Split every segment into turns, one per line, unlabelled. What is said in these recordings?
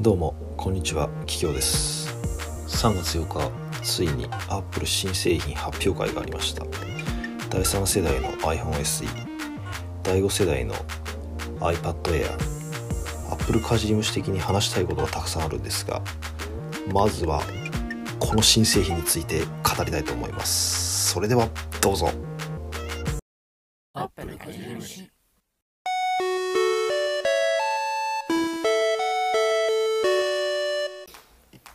どうもこんにちは企業です3月8日ついに Apple 新製品発表会がありました第3世代の iPhoneSE 第5世代の iPad Air Apple 家事事務士的に話したいことがたくさんあるんですがまずはこの新製品について語りたいと思いますそれではどうぞ
アップル小印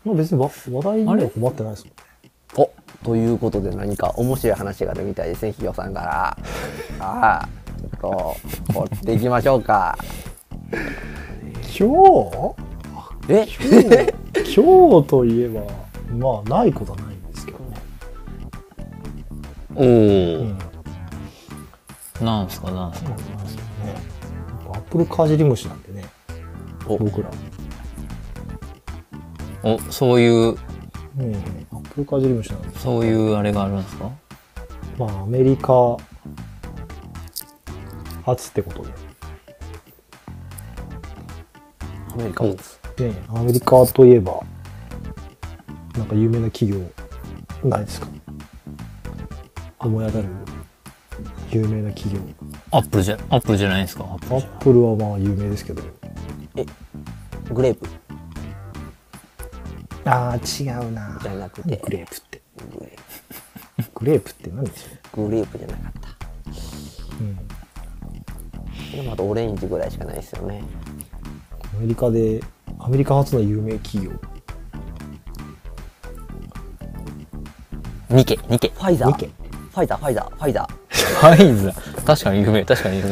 まあ、別にわ話題には困ってないですもんね。
おということで何か面白い話があるみたいですね企業さ んからああちょっと持っていきましょうか
今
え
日今日といえば、まあ、ないことはないんですけどね。
お
う
お
ん。
なんすかなんすか
まあそうですよね。アップルカジリムシなんてね、
お
僕ら。
おそういう
うん。アップルカジリムシなんて、
そういうあれがあるんですか
まあ、アメリカ初ってこと
アメリカも
で。ねアメリカといえば、なんか有名な企業、ないですか思い当たる有名な企業。
アップルじゃアップルじゃないですかアップ
ア
ルじゃ
ップルはまあ有名ですけど。
グレープ
ああ、違うな
じゃなく
何
て
グレープって。
グレ
グレープって何でしょ
ープグレープじゃなかった
う、うん、
でもあとオレンジぐらいしかないですよね
アメリカで、アメリカ発の有名企業。
ニケニケ
ファイザー
ニケ
ファイザーファイザーファイザ
ファイザー確かに有名確かに有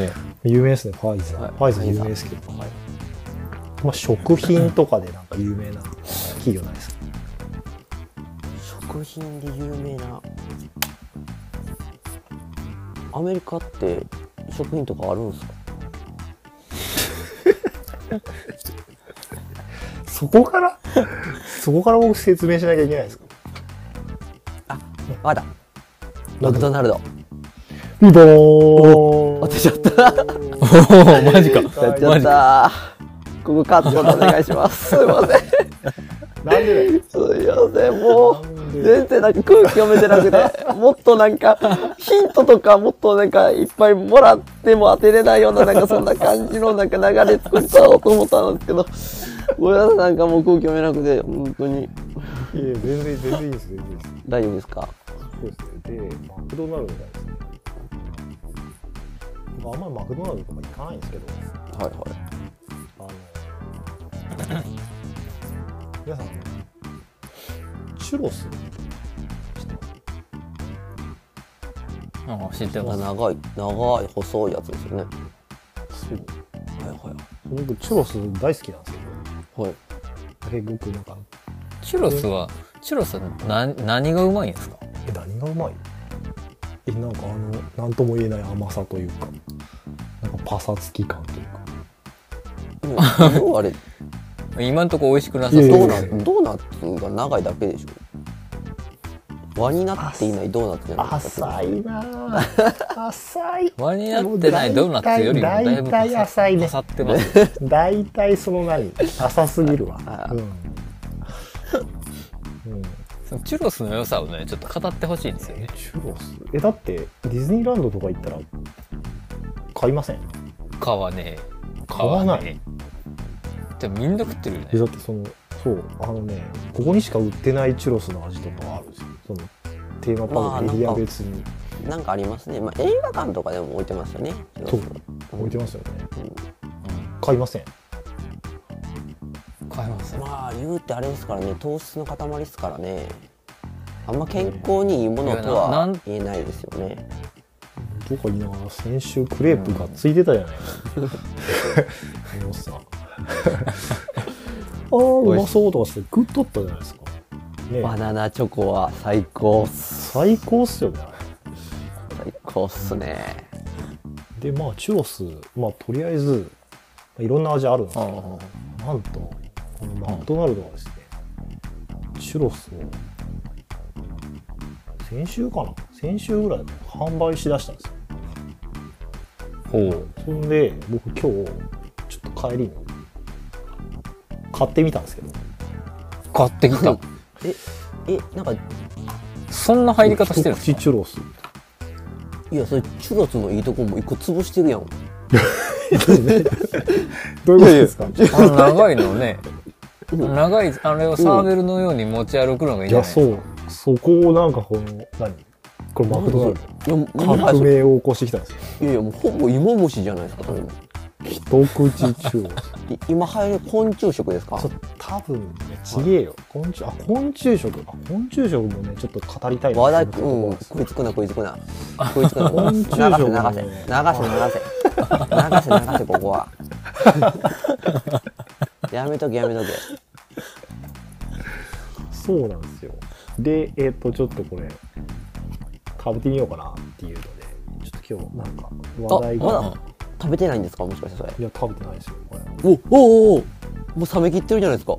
名
有名ですね、ファイザー。
はい
ファイザー有名ですけど。まあ、食品とかでなんか有名な企業ないですか
ー食品で有名なアメリカって食品とかあるんですか
そこから そこから僕説明しなきゃいけないですか
あまだマクドナルド
ビバーン
当てちゃった
おおマジか
やっちゃ
マ
っ
ジ
たここカットでお願いします すいません
なんでだよ。
すいませんもう全然なんか空気読めてなく てもっとなんかヒントとかもっとなんかいっぱいもらっても当てれないようななんかそんな感じのなんか流れ作りたろうと思ったんですけどごめんなさいなんかもう空気読めなくて本当に
いやいや全然、全然いいです、全然いいです。
大丈夫ですか
そうですね。で、マクドナルドがですね。僕あんまりマクドナルドとか行かないんですけど、
はいはい
あの皆さん、チュロス知ってます
あ知ってます
長い長い細いやつですよね
そう
はいは
僕チュロス大好きなんです
いはい
けど結局なんか
チュロスはチュロスはな何がうまいんですか
え何がうまいえなんかあの何とも言えない甘さというかなんかパサつき感というか
でも要はあれ
今んとこ美味しくなさそう
いやいやい
ドーナ
や
ツドーナツが長いだけでしょ輪になっていないドーナツじゃないですか
浅いなあ 浅い
輪になってないドーナツよりもだいぶ
大体浅いね
刺さってます
大体その何浅すぎるわ
あ
うん、うん、
そのチュロスの良さをねちょっと語ってほしいんですよね
えチュロスえだってディズニーランドとか行ったら買いません
皮ね
買わない
皮ねじゃあみんな食ってるよね
えだってそのそうあのねここにしか売ってないチュロスの味とかがあるんですよそのテーマパークのエリア別に
なんかありますね、まあ、映画館とかでも置いてますよね
そう置いてますよね
う
買いません
買います
んまあ言うてあれですからね糖質の塊ですからねあんま健康にいいものと
いやな
は
なん
言えないですよね
とか言いながら先週クレープがついてたじゃないですか宮本さんあーうまそうとかしてグッとったじゃないですかね
バナナチョコは最高っす
最高っすよね
最高っすね
でまあチュロスまあとりあえずまあいろんな味あるんですけどなんとこのマクドナルドはですね、チュロスを先週かな先週ぐらいで販売しだしたんですよ
ほう
そんで僕今日ちょっと帰りに買ってみたんですけど
買ってきた。
え、なんか、
そんな入り方してるんです
一口チュロス
いや、それ、チュロスのいいとこも一個潰してるやん。
どういうことですか
かあの長いのをね、長い、あれをサーベルのように持ち歩くのがいいんじ
い
ゃ
や、
ない
そう。そこをなんかこの、何これマクドナル
いや、もう、
ド。革命を起こしてきたんですよ。
いやいや、もうほぼ芋虫じゃないですか、多分
一口中央。
い今入る昆虫食ですか
ちょっと多分ね、ちげえよ。昆虫、あ、昆虫食。あ、昆虫食もね、ちょっと語りたいな
話題、うん、食いつくな、食いつくな。食いつくな。
昆
流
虫
せ、流
食
せ、流せ、流
も
せ
ね、
流せ、流せ、ここ は。やめとけ、やめとけ。
そうなんですよ。で、えっ、と、ちょっとこれ、食べてみようかなっていうので、ちょっと今日、なんか、
あ、
話題
ま
が
だ。食べてないんですかもしかしてそれ。
いや、食べてないですよ、これ。い
お、おおおもう冷め切ってるじゃないですか。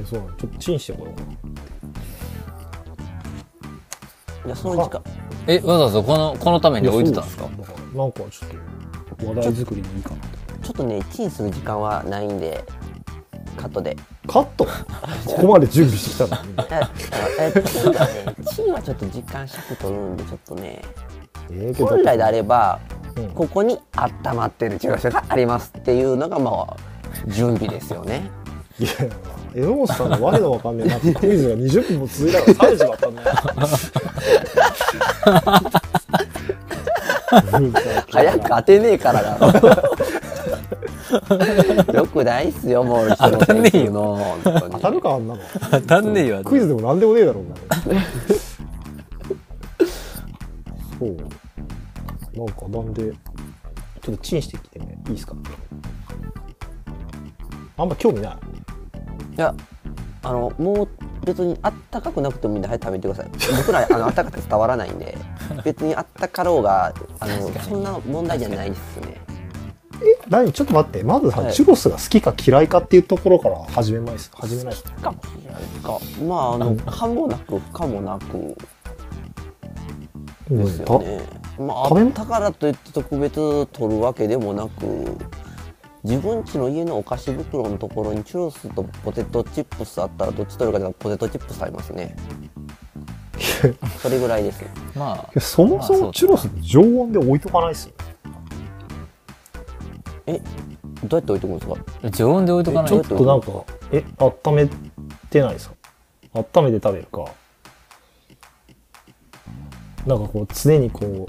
やそうなの。ちょっとチンしてこようかな。
いや、その時間。
え、わざわざこの、このために置いてたんですか
いやそうなんですよなんかちょっと、話題作りにいいかなと。
ちょっとね、チンする時間はないんで、カット で。
カットここまで準備してきたのに。
え、えチンはね、チンはちょっと時間尺取るんで、ちょっとね、
ええけど
本来であれば、
うん
ここに温まってる治療所がありますっていうのが、まあ、準備ですよね。
いや、榎本さんのわけのわかんねえなってクイズが20分も続いたから3時だったんだよ。
早く当てねえから だろ。よくないっすよ、もう、人の選手の。本当
当
に
たるか、あんなの。
当たんねえよ。
クイズでもなんでもねえだろうな。そう。なんか、なんで、ちょっとチンしてきてね、いいですかあんま興味ない。
いやあのもう別にあったかくなくてもみんな早く食べてください僕らあのあったかくて伝わらないんで別にあったかろうがあのそんな問題じゃないですね
え、何ちょっと待って、まずさ、
はい
チュロスが好きか嫌いかっていうところから始めないす。始めないっす
かもしれないかまああの可もなく不可もなく
うん
ですよね、まあ
食べ
あ
ま
ったからといって特別取るわけでもなく自分家の家のお菓子袋のところにチュロスとポテトチップスあったらどっち取るかじゃポテトチップスありますねそれぐらいです
ま
いやそもそ
まあそうだ
も
な
チュロスって常温で置いとかないっすよ。
えどうやって置いてくるんですか
あ、常温で置いとか
え
な
ち
い
ょっとなんか、え、温めてないですか温めて食べるか。なんかこう、常にこう、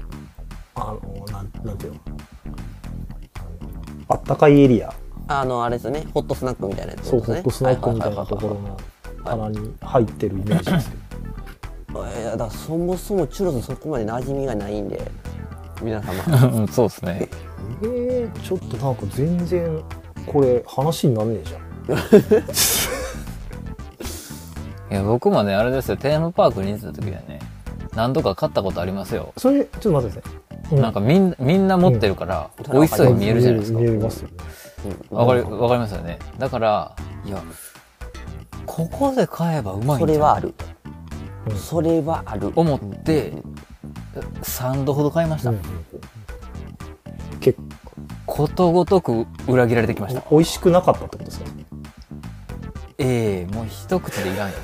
あの、なんなんていうのあったかいエリア、
あの、あれですね、ホットスナックみたいなやつ
そう、ホ
ですね。
ットスナックみたいなところ
は
の棚に入ってるイメージですけど。
いはいはいはい。いや、だからそもそもチュロスそこまで馴染みがないんで、皆様。
うんそうですね。
えー、ちょっとなんか全然、これ話になんねえじゃん。
いや、僕もね、あれですよ、テーマパークに行ってた時はね、何度か買ったことありますよ。
それ、ちょっと待ってください。う
なんかみんみんな持ってるから、
うん
美味しそうに見えるじゃないですか
見え。る見えますよね。
わかり、わかりますよね。だから、いや、ここで買えばうまい
そ
んじ
れ
ゃ
はあ
ん
る
う。ん
それはある。
思って、3度ほど買いました。
結
ことごとく裏切られてきました。
構美味しくなかったってことですか
ええもう一口でいらんよ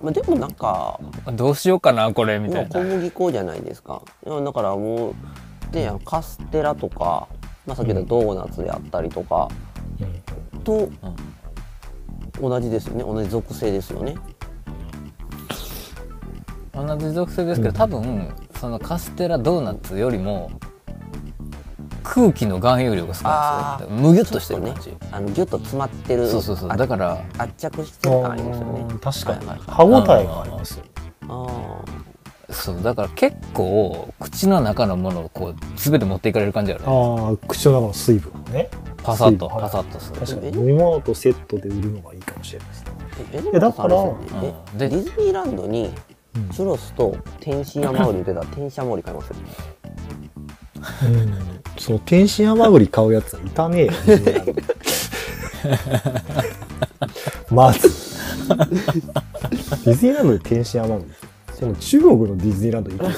まあ、でもなんか、
な。どうしようかな、これ、みた
今
い
小
な。
麦粉じゃないですか。いやだからもう、ね、あのカステラとか、まあ、さっき言ったドーナツであったりとか、と、同じですよね。同じ属性ですよね。
同じ属性ですけど、多分、そのカステラドーナツよりも、空気の含有量が少ないですよ。むぎゅっとしてる感じ。
あの、ギュッと詰まってる。
そうそうそう。
あ
だから、
圧着してる感ありますよね。
確
か
か
に
に歯応えがありますよ
ああ。
そう、だから結構、口の中のものをこう、すべて持っていかれる感じある
あ
ね。
ー口の中の水分をね
パサッと、
水分
パサッとする。
確かに飲み物とセットで売るのがいいかもしれないですね
え
えだから
なんあれですよね
うんで
えディズニーランドにチュロスと天津山売り売っ てたら天津山売り買いますよ
その天津甘栗買うやつはいた ねえよまずディズニーランドで天津甘栗その中国のディズニーランド 行くよ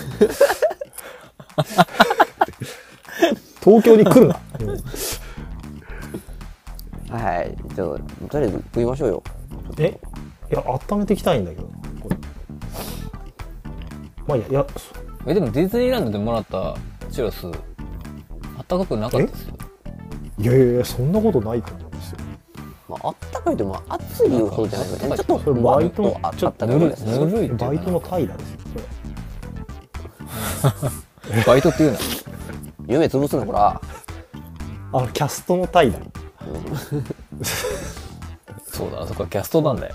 東京に来るな、うん
はいちょっととりあえず食いましょうよ。
えいや温めていきたいんだけどこれまあいいやいやそ
えでもディズニーランドでもらったチュロスあったかくなかったですよ
いやいやいやそんなことないと思うんですよ
まあ、あったかいでも暑いほどじゃないですよね。ちょっと、
それバイト
もっとあったか
ぬ
い
る
ですね。
ぬるいっていうか
バイトの怠惰ですよそれ
バイトっていうな
夢潰すな、ほら。
あのキャストの怠惰
そうだあそこはキャストなんだよ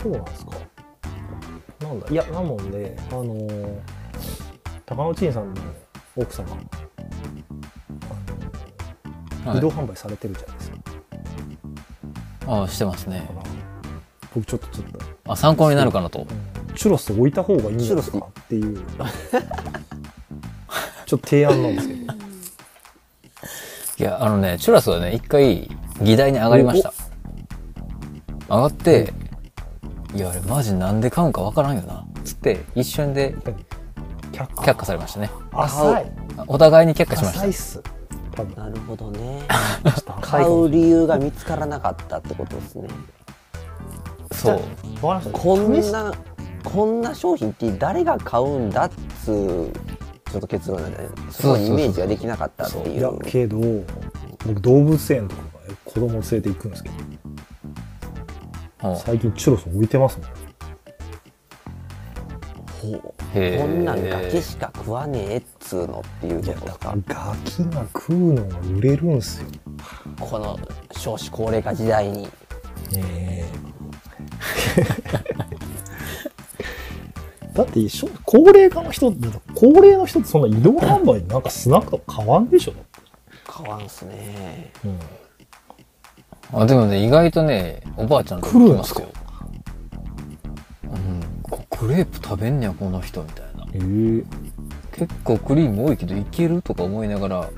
そうなんですかなんだいやなもんであのー高野陳さんの奥様あの
はい
移動販売されてるじゃないですか、
ああしてますね
だから僕ちょっとちょっと
あ参考になるかなと
チュロス置いた方がいいんじゃないですかっていうちょっと提案なんですけど
いやあのねチュラスはね一回議題に上がりました上がっていやあれマジなんで買うんかわからんよなつって一瞬で
却下
却下されましたね
浅い
お互いに却下しまし
浅
た
いっす多分
なるほどね。
ちょっと高い
買
かも
う理由が見つからなかったってことですね。
そう
わかりました
こん
試し
な、こんな商品って誰が買うんだっつう、ちょっと結論なんだね。そこにイメージができなかったって
い
い
や
う。
けど僕動物園とか子供連れて行くんですけど
うん
最近チュロス置いてますもん
ほう
へー
こんなんだけしか食わねえっつうのっていうことですか。
ガキが食うのが売れるんすよ
この少子高齢化時代に。
ねえだって一緒高齢化の人って高齢の人ってそんな移動販売でなんかスナックとか買わんでしょ、
買わんすね。
うん、
あでもね意外とねおばあちゃんとか
来る
来
ん
ますす
か
よ、うん、クレープ食べんねやこの人みたいな
ええ
結構クリーム多いけどいけるとか思いながら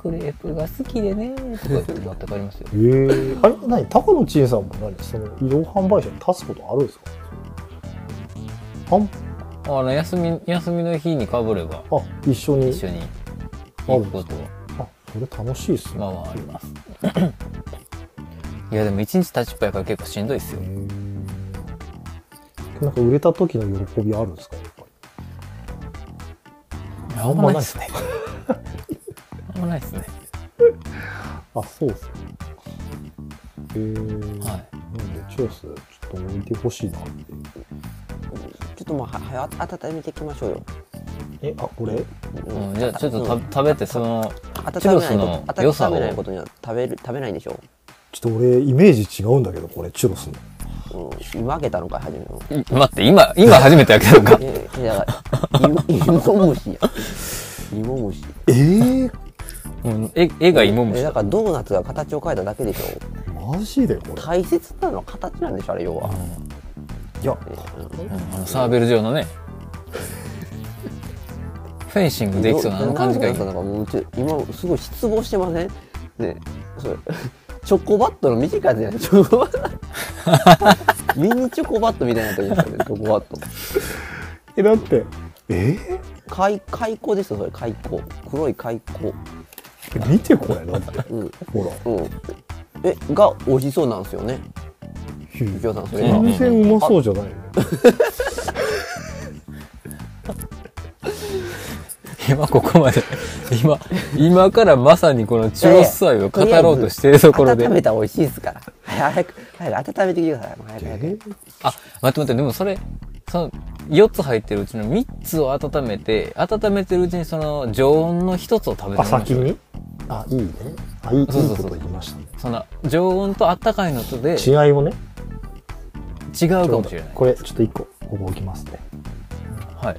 クレープが好きでねとか言って買って帰ります よ
ええあれ何高野千恵さんも何その移動販売車に立つことあるんですかあん
あの休み休みの日にかぶれば
あ一緒に
一緒に行くこと
あそれ楽しいっすね
まあまあありますいやでも一日立ちっぱやから結構しんどいっすよ
なんか売れた時の喜びあるんですかやっぱりあんまないですね
あんまないっすね
あそうっすねへえー
は
ないんでチュロスちょっと置いてほしいなっていう
ちょっともうははよ温めていきましょうよ。
えあこれ
うん、じゃあちょっと
うん
た食べてそのチュロ
温めな
ス
い
の
こと
良さ
温
を
めないことには食べる食べないでしょ。
ちょっと俺イメージ違うんだけどこれチュロスの
うん、今開けたのかい初めの。
い待って今今初めてやけどか
ええ、だから芋芋虫や。芋虫。
えー、
うん絵絵が芋虫
え
だ
だからドーナツが形を変えただけでしょ。
マジでこれ
大切なのは形なんでしょあれ要は。
いや
あのサーベル状の ねフェンシングできそうなあの感じがいい
なんかもうちょ今すごい失望してません。ねそれチョコバットの短いやつじゃないチョコバット。 ミニチョコバットみたいなやつですよねチョコバット。
えだってえー
開開口ですよそれ開口黒い開口
見てこれだって
うん
ほら
うんえが美味しそうなんですよね
全
右京さんそれが
然うまそうじゃないよね
今ここまで今今からまさにこのチュロス愛を語ろうとしているところで
温めたら美味しいですから早く早く温めてきてくださいもう早く早く
え
あ待って待ってでもそれその4つ入ってるうちの3つを温めて温めてるうちにその常温の1つを食べてみま
あ
し
先
ょう
にあいいねあいい
そうそうそう
いいこと言いましたね
その常温とあったかいのとで違う
違いをね
かもしれない
これちょっと一個ここ置きますね
はい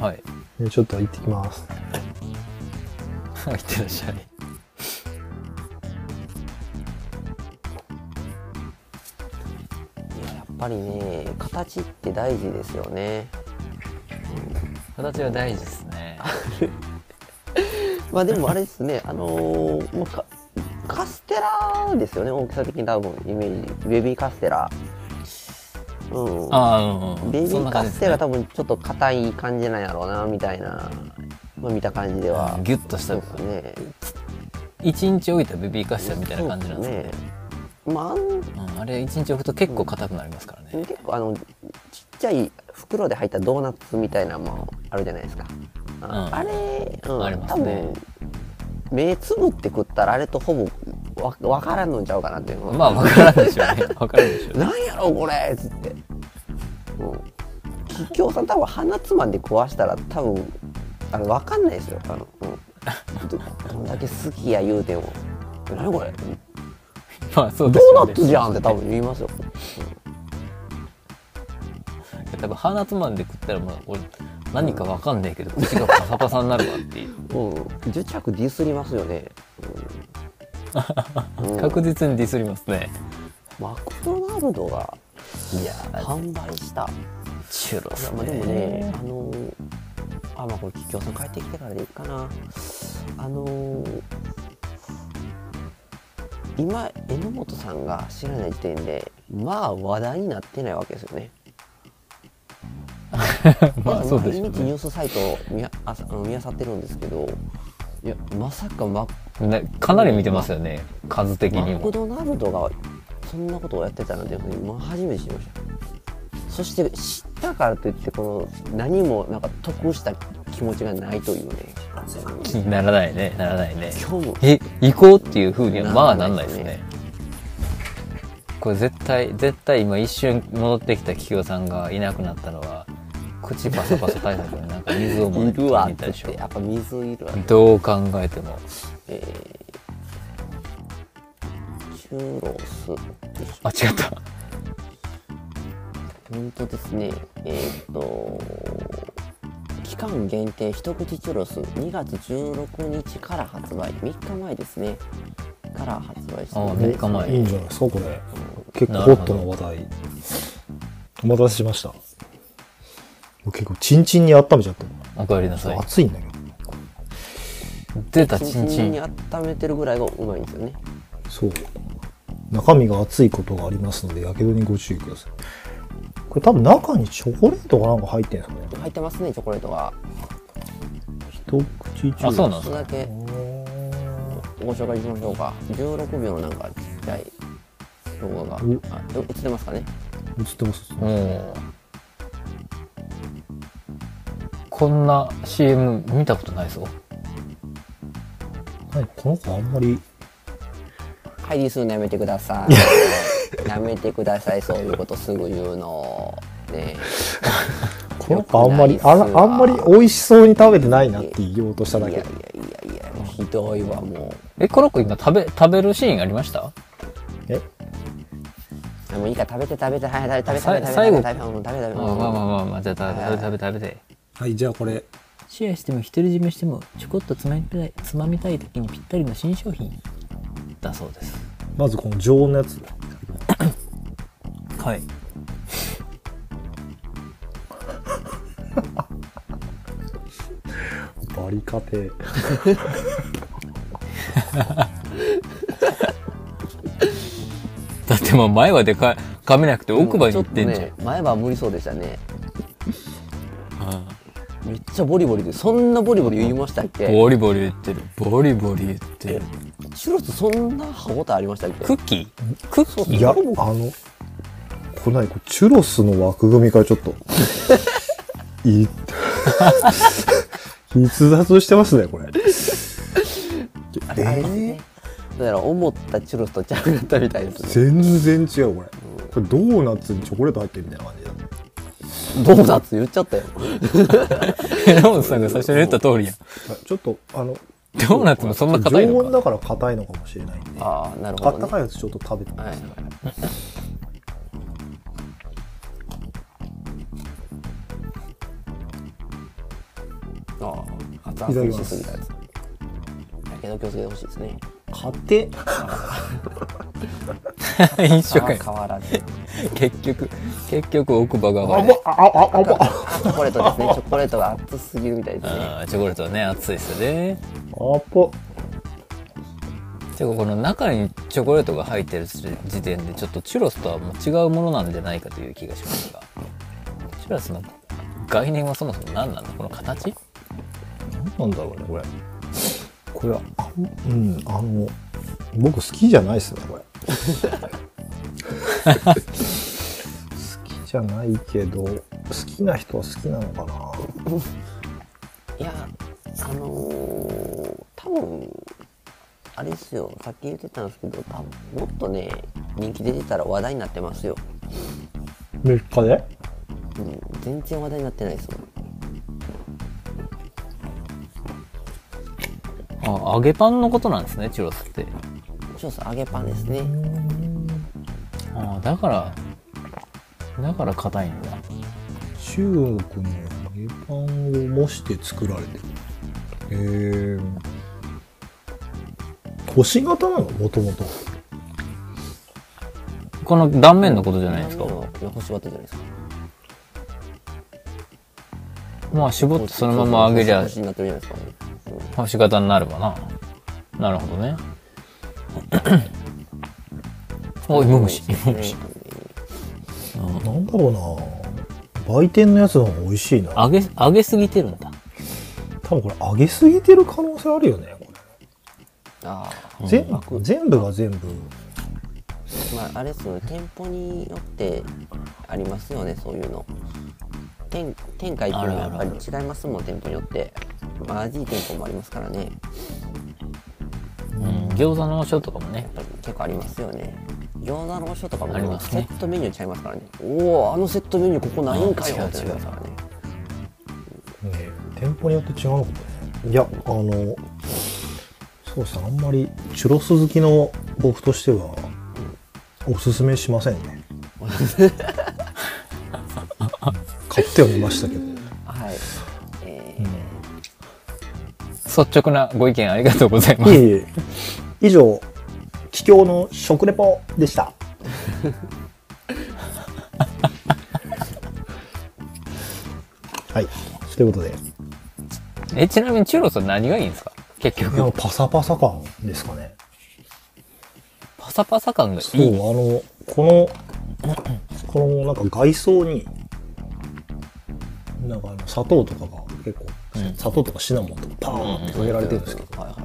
はい
でちょっと行ってきます
はいいってらっしゃい
いややっぱりね形って大事ですよね
形は大事ですね
まあでもあれですねあのーもうかカステラですよね大きさ的に多分イメージベビーカステラうん
ああうんうん
ベビ
そん
ー
な
カ
感じ
ス
で
テ
す
ラ
ね
が多分ちょっと硬い感じなんやろうなみたいな、まあ、見た感じでは
ギュッとした
そうですね
1日置いたベビーカステラみたいな感じなんですよね
まああん
うん、あれ1日置くと結構硬くなりますからね、
結構あのちっちゃい袋で入ったドーナツみたいなのもあるじゃないですか、あ
うん
あれ、うん
ありますね
多分目つぶって食ったらあれとほぼわわからんのちゃうかなっていう
まあ分からんでしょう ね分からんでしょうね
なんやろこれっつってうん桔梗さん多分鼻つまんで食わしたら多分あれ分かんないですよあの、 うん、どどんだけ好きや言うても「何これ
まあそうで
ド
すよ
ー
ね
ナツじゃん」って多分言いますよ
多分鼻つまんで食ったらもう俺何か分かんないけど口がパサパサになるわっていう
うん10着ディスりますよね、 うんうん
確実にディスりますね
マクドナルドが
いや
販売した
チュロス
まあでもね、あのーあ、まあこれ、桔梗さん帰ってきてからでいいかな。あのー今、榎本さんが知らない時点で、まあ話題になってないわけですよね。
まあそうでしょう
毎日ニュ
ね
ースサイトを見ああさあの見あさってるんですけど、いや、まさかマ
ねかなり見てますよね数的に
マク
も
ドナルドがそんなことをやってたなんていうのにまあ初めて知りましたそして知ったからといってこの何もなんか得した気持ちがないというね
気にならないねならないね
今日も
え行こうっていうふうにはまあ
な
なんな
らな
いい
で
ですす
ね
ねこれ絶対絶対今一瞬戻ってきた企業さんがいなくなったのは口パサパサ対策になんか水をも
いるわっ
みたでしてょ
やっぱ水いるわ
どう考えても
えー、チューロス
あ違った
本当ですねえーっと期間限定一口チューロス2月16日から発売3日前ですねから発売して
あ
ます
3日前
いいんじゃないですかこれ結構
な
ホ
る
ッ
ほ
ト
ど
な話題お待たせしましたもう結構チンチンに温めちゃってる
おかえりなさい
熱いんだけど
出た
チ
チ
ン
ン
チ
チ
ンに
ン
温めてるぐらいがうまいんですよね
そう中身が熱いことがありますのでやけどにご注意くださいこれ多分中にチョコレートがなんか入ってるんですかね
入ってますねチョコレートが
一口中
あそうなんで
そ
す
れ
か
だけご紹介しましょうか16秒のなんかちっちゃい動画が
お
あよ映ってますかね
映ってます
もうこんな CM 見たことないぞ
はいこの子あんまり
はいリスのやめてくださ いやめてくださいそういうことすぐ言うのね
この子あんまり
よく
あ
ない
ら
っすわ
あんまり美味しそうに食べてないなって言おうとした
えいや
だ
い
け
やいやいやひどいわも
えこの子今食べ食べるシーンありました
え
うもういいから食べて食べてはい食べて食べて
さい
食べて食べて食べて食べて
まあまあまあまあまあじゃあ食べ食べ食べ食べて
はいじゃあこれ
シェアしても独り占めしてもちょこっとつまみたいつまみたい時にぴったりの新商品だそうです
まずこの常温のやつ
はい
バリカテ
だってもう前はでかい噛めなくて奥歯に行ってんじゃん、
ちょっとね前歯無理そうでしたねめっちゃボリボリでそんなボリボリ言いましたっけ
ボリボリ言ってるボリボリ言ってる
シュロスそんな歯応えありましたっけ
クッキークッキ
い
ー
やあのこれ何これチュロスの枠組みからちょっとい 逸脱してますねこれ
あれあれですねだから思ったチュロスとちゃうかったみたいですね
全然違うこれこれドーナツにチョコレート入ってるみたいな感じだね
ドーナツ言っちゃったよ
榎本さんが最初に言った通りやん
ちょっとあの
ドーナツもそんな硬い
常
のか
温だから硬いのかもしれないんであ
ああなるほど、
っ
ね、
たかいやつちょっと食べてみて
はいああ熱々にしすぎたやつだけど気をつけてほしいですね
硬て
一
あ
緒か
ー
よ
変わらず
結局結局奥歯が
あ
悪い
ばあああばあ
チョコレートですねチョコレートが熱すぎるみたいですね
あーチョコレートはね熱いですよね
ば
てかこの中にチョコレートが入ってる時点でちょっとチュロスとはもう違うものなんじゃないかという気がしますがチュロスの概念はそもそも何なんだこの形
なんだろうねこれこれはあうん、あの、僕好きじゃないですね、これ。好きじゃないけど、好きな人は好きなのかな。
いやあのー、多分あれですよさっき言ってたんですけど多分もっとね人気出てたら話題になってますよ、
3日で
うん、全然話題になってないですよ
あ、揚げパンのことなんですね、チュロスって。
ちょっと揚げパンですね
ああ、だから、だから硬いんだ。
中国の揚げパンを模して作られてる。へえ。星型なのもともと。
この断面のことじゃないですか。
横芝ってじゃないですか
まあ、絞ってそのまま揚げりゃ、
星になってるじゃないですか、うん
星型になればな。なるほどね。おい、芋虫、芋虫。
なんだろうな売店のやつの方が美味しいな。
揚げ、揚げすぎてるんだ。
多分これ揚げすぎてる可能性あるよね、こ
あ
れ。全部、全部が全部。
ーまああれですよね店舗によってありますよねそういうの天天下行くのはやっぱり違いますもん店舗によってまあ味いい店舗もありますからね
うん、餃子の王将とかもね。
結構ありますよね餃子の王将とかも
あります
セ
ね
ットメニューちゃいますからねおおあのセットメニューここないんかよ
うん違う
ってなりますからね
ね店舗によって違うのかもねいやあのそうですねあんまりチュロス好きの僕としてはおすすめしません ね買ってはみましたけど
はいえ
率直なご意見ありがとうございま
い
す。
えいえ以上桔梗の食レポで したはいということで
え、ちなみにチュロスは何がいいんですか結
いや
局、
パサパサ感ですかね
パサパサ感が
そう、
い
あ
い。
の、この、このなんか外装に、なんかあの砂糖とかが結構、
うん
砂糖とかシナモンとかパーンってかけられてるんですけど、
ーはいはい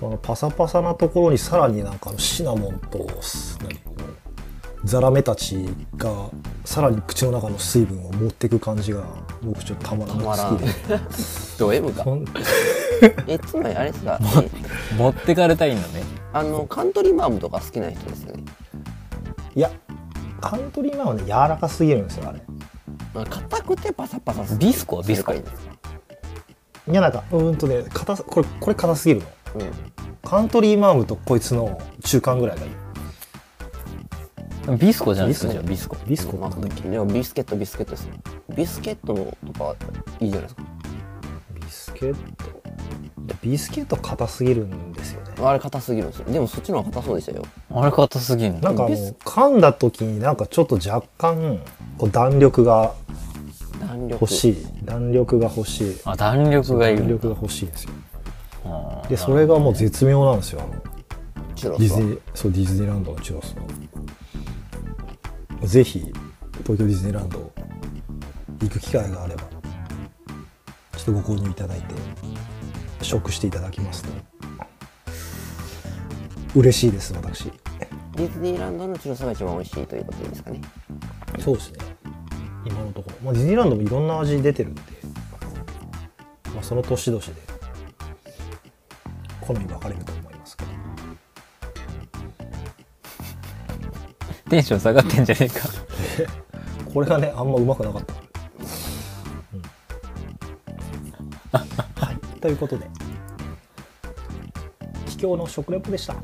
そのパサパサなところにさらになんかあのシナモンと、何こうザラメたちがさらに口の中の水分を持っていく感じが僕ちょっとたまら
たまら
なんく好きで
ド M か
そん
えつまりあれですか、え
持ってかれたいんだね。
あのカントリーマアムとか好きな人ですよね
いやカントリーマンはね柔らかすぎるんですよあれ
まあ硬くてパサパサする
ビスコはビスコ
それがいいですか
いやなんかうーんとね硬さこれこれ硬すぎるの
うん
カントリーマームとこいつの中間ぐらいがいい。
ビスコじゃないですか、
ビ
じゃ
ス
あ
コ
ビスコ。
ビスコ
ま
なんだっけ
あ、でもビスケットビスケットですよビスケットとかいいじゃないですか
ビスケット。ビスケット硬すぎるんですよね。
あれ硬すぎるんですよでもそっちの方が硬そうでしたよ
あれ硬すぎん
な
の
んかあの
ビス
噛んだ時になんかちょっと若干こう弾力が
弾力
欲しい。弾力が欲しい。
あ、弾力がい
弾
る。
力が欲しいんですよ。
あー
で、それがもう絶妙なんですよ。あの
チュロ
ディ
ス
ズ
は
ニー、そう、ディズニーランドのチュロスの。ぜひ、東京ディズニーランド行く機会があれば、ちょっとご購入いただいて、食していただきますと。嬉しいです、私。
ディズニーランドのチュロスが一番美味しいということでいいですかね
そうですね。今のところ。まあ、ディズニーランドもいろんな味出てるんで、まあ、その年々で、好み分かれると思いますけど。
テンション下がってんじゃねえか。
これがね、あんまうまくなかった。うんはい、ということで、桔梗の食レポでした。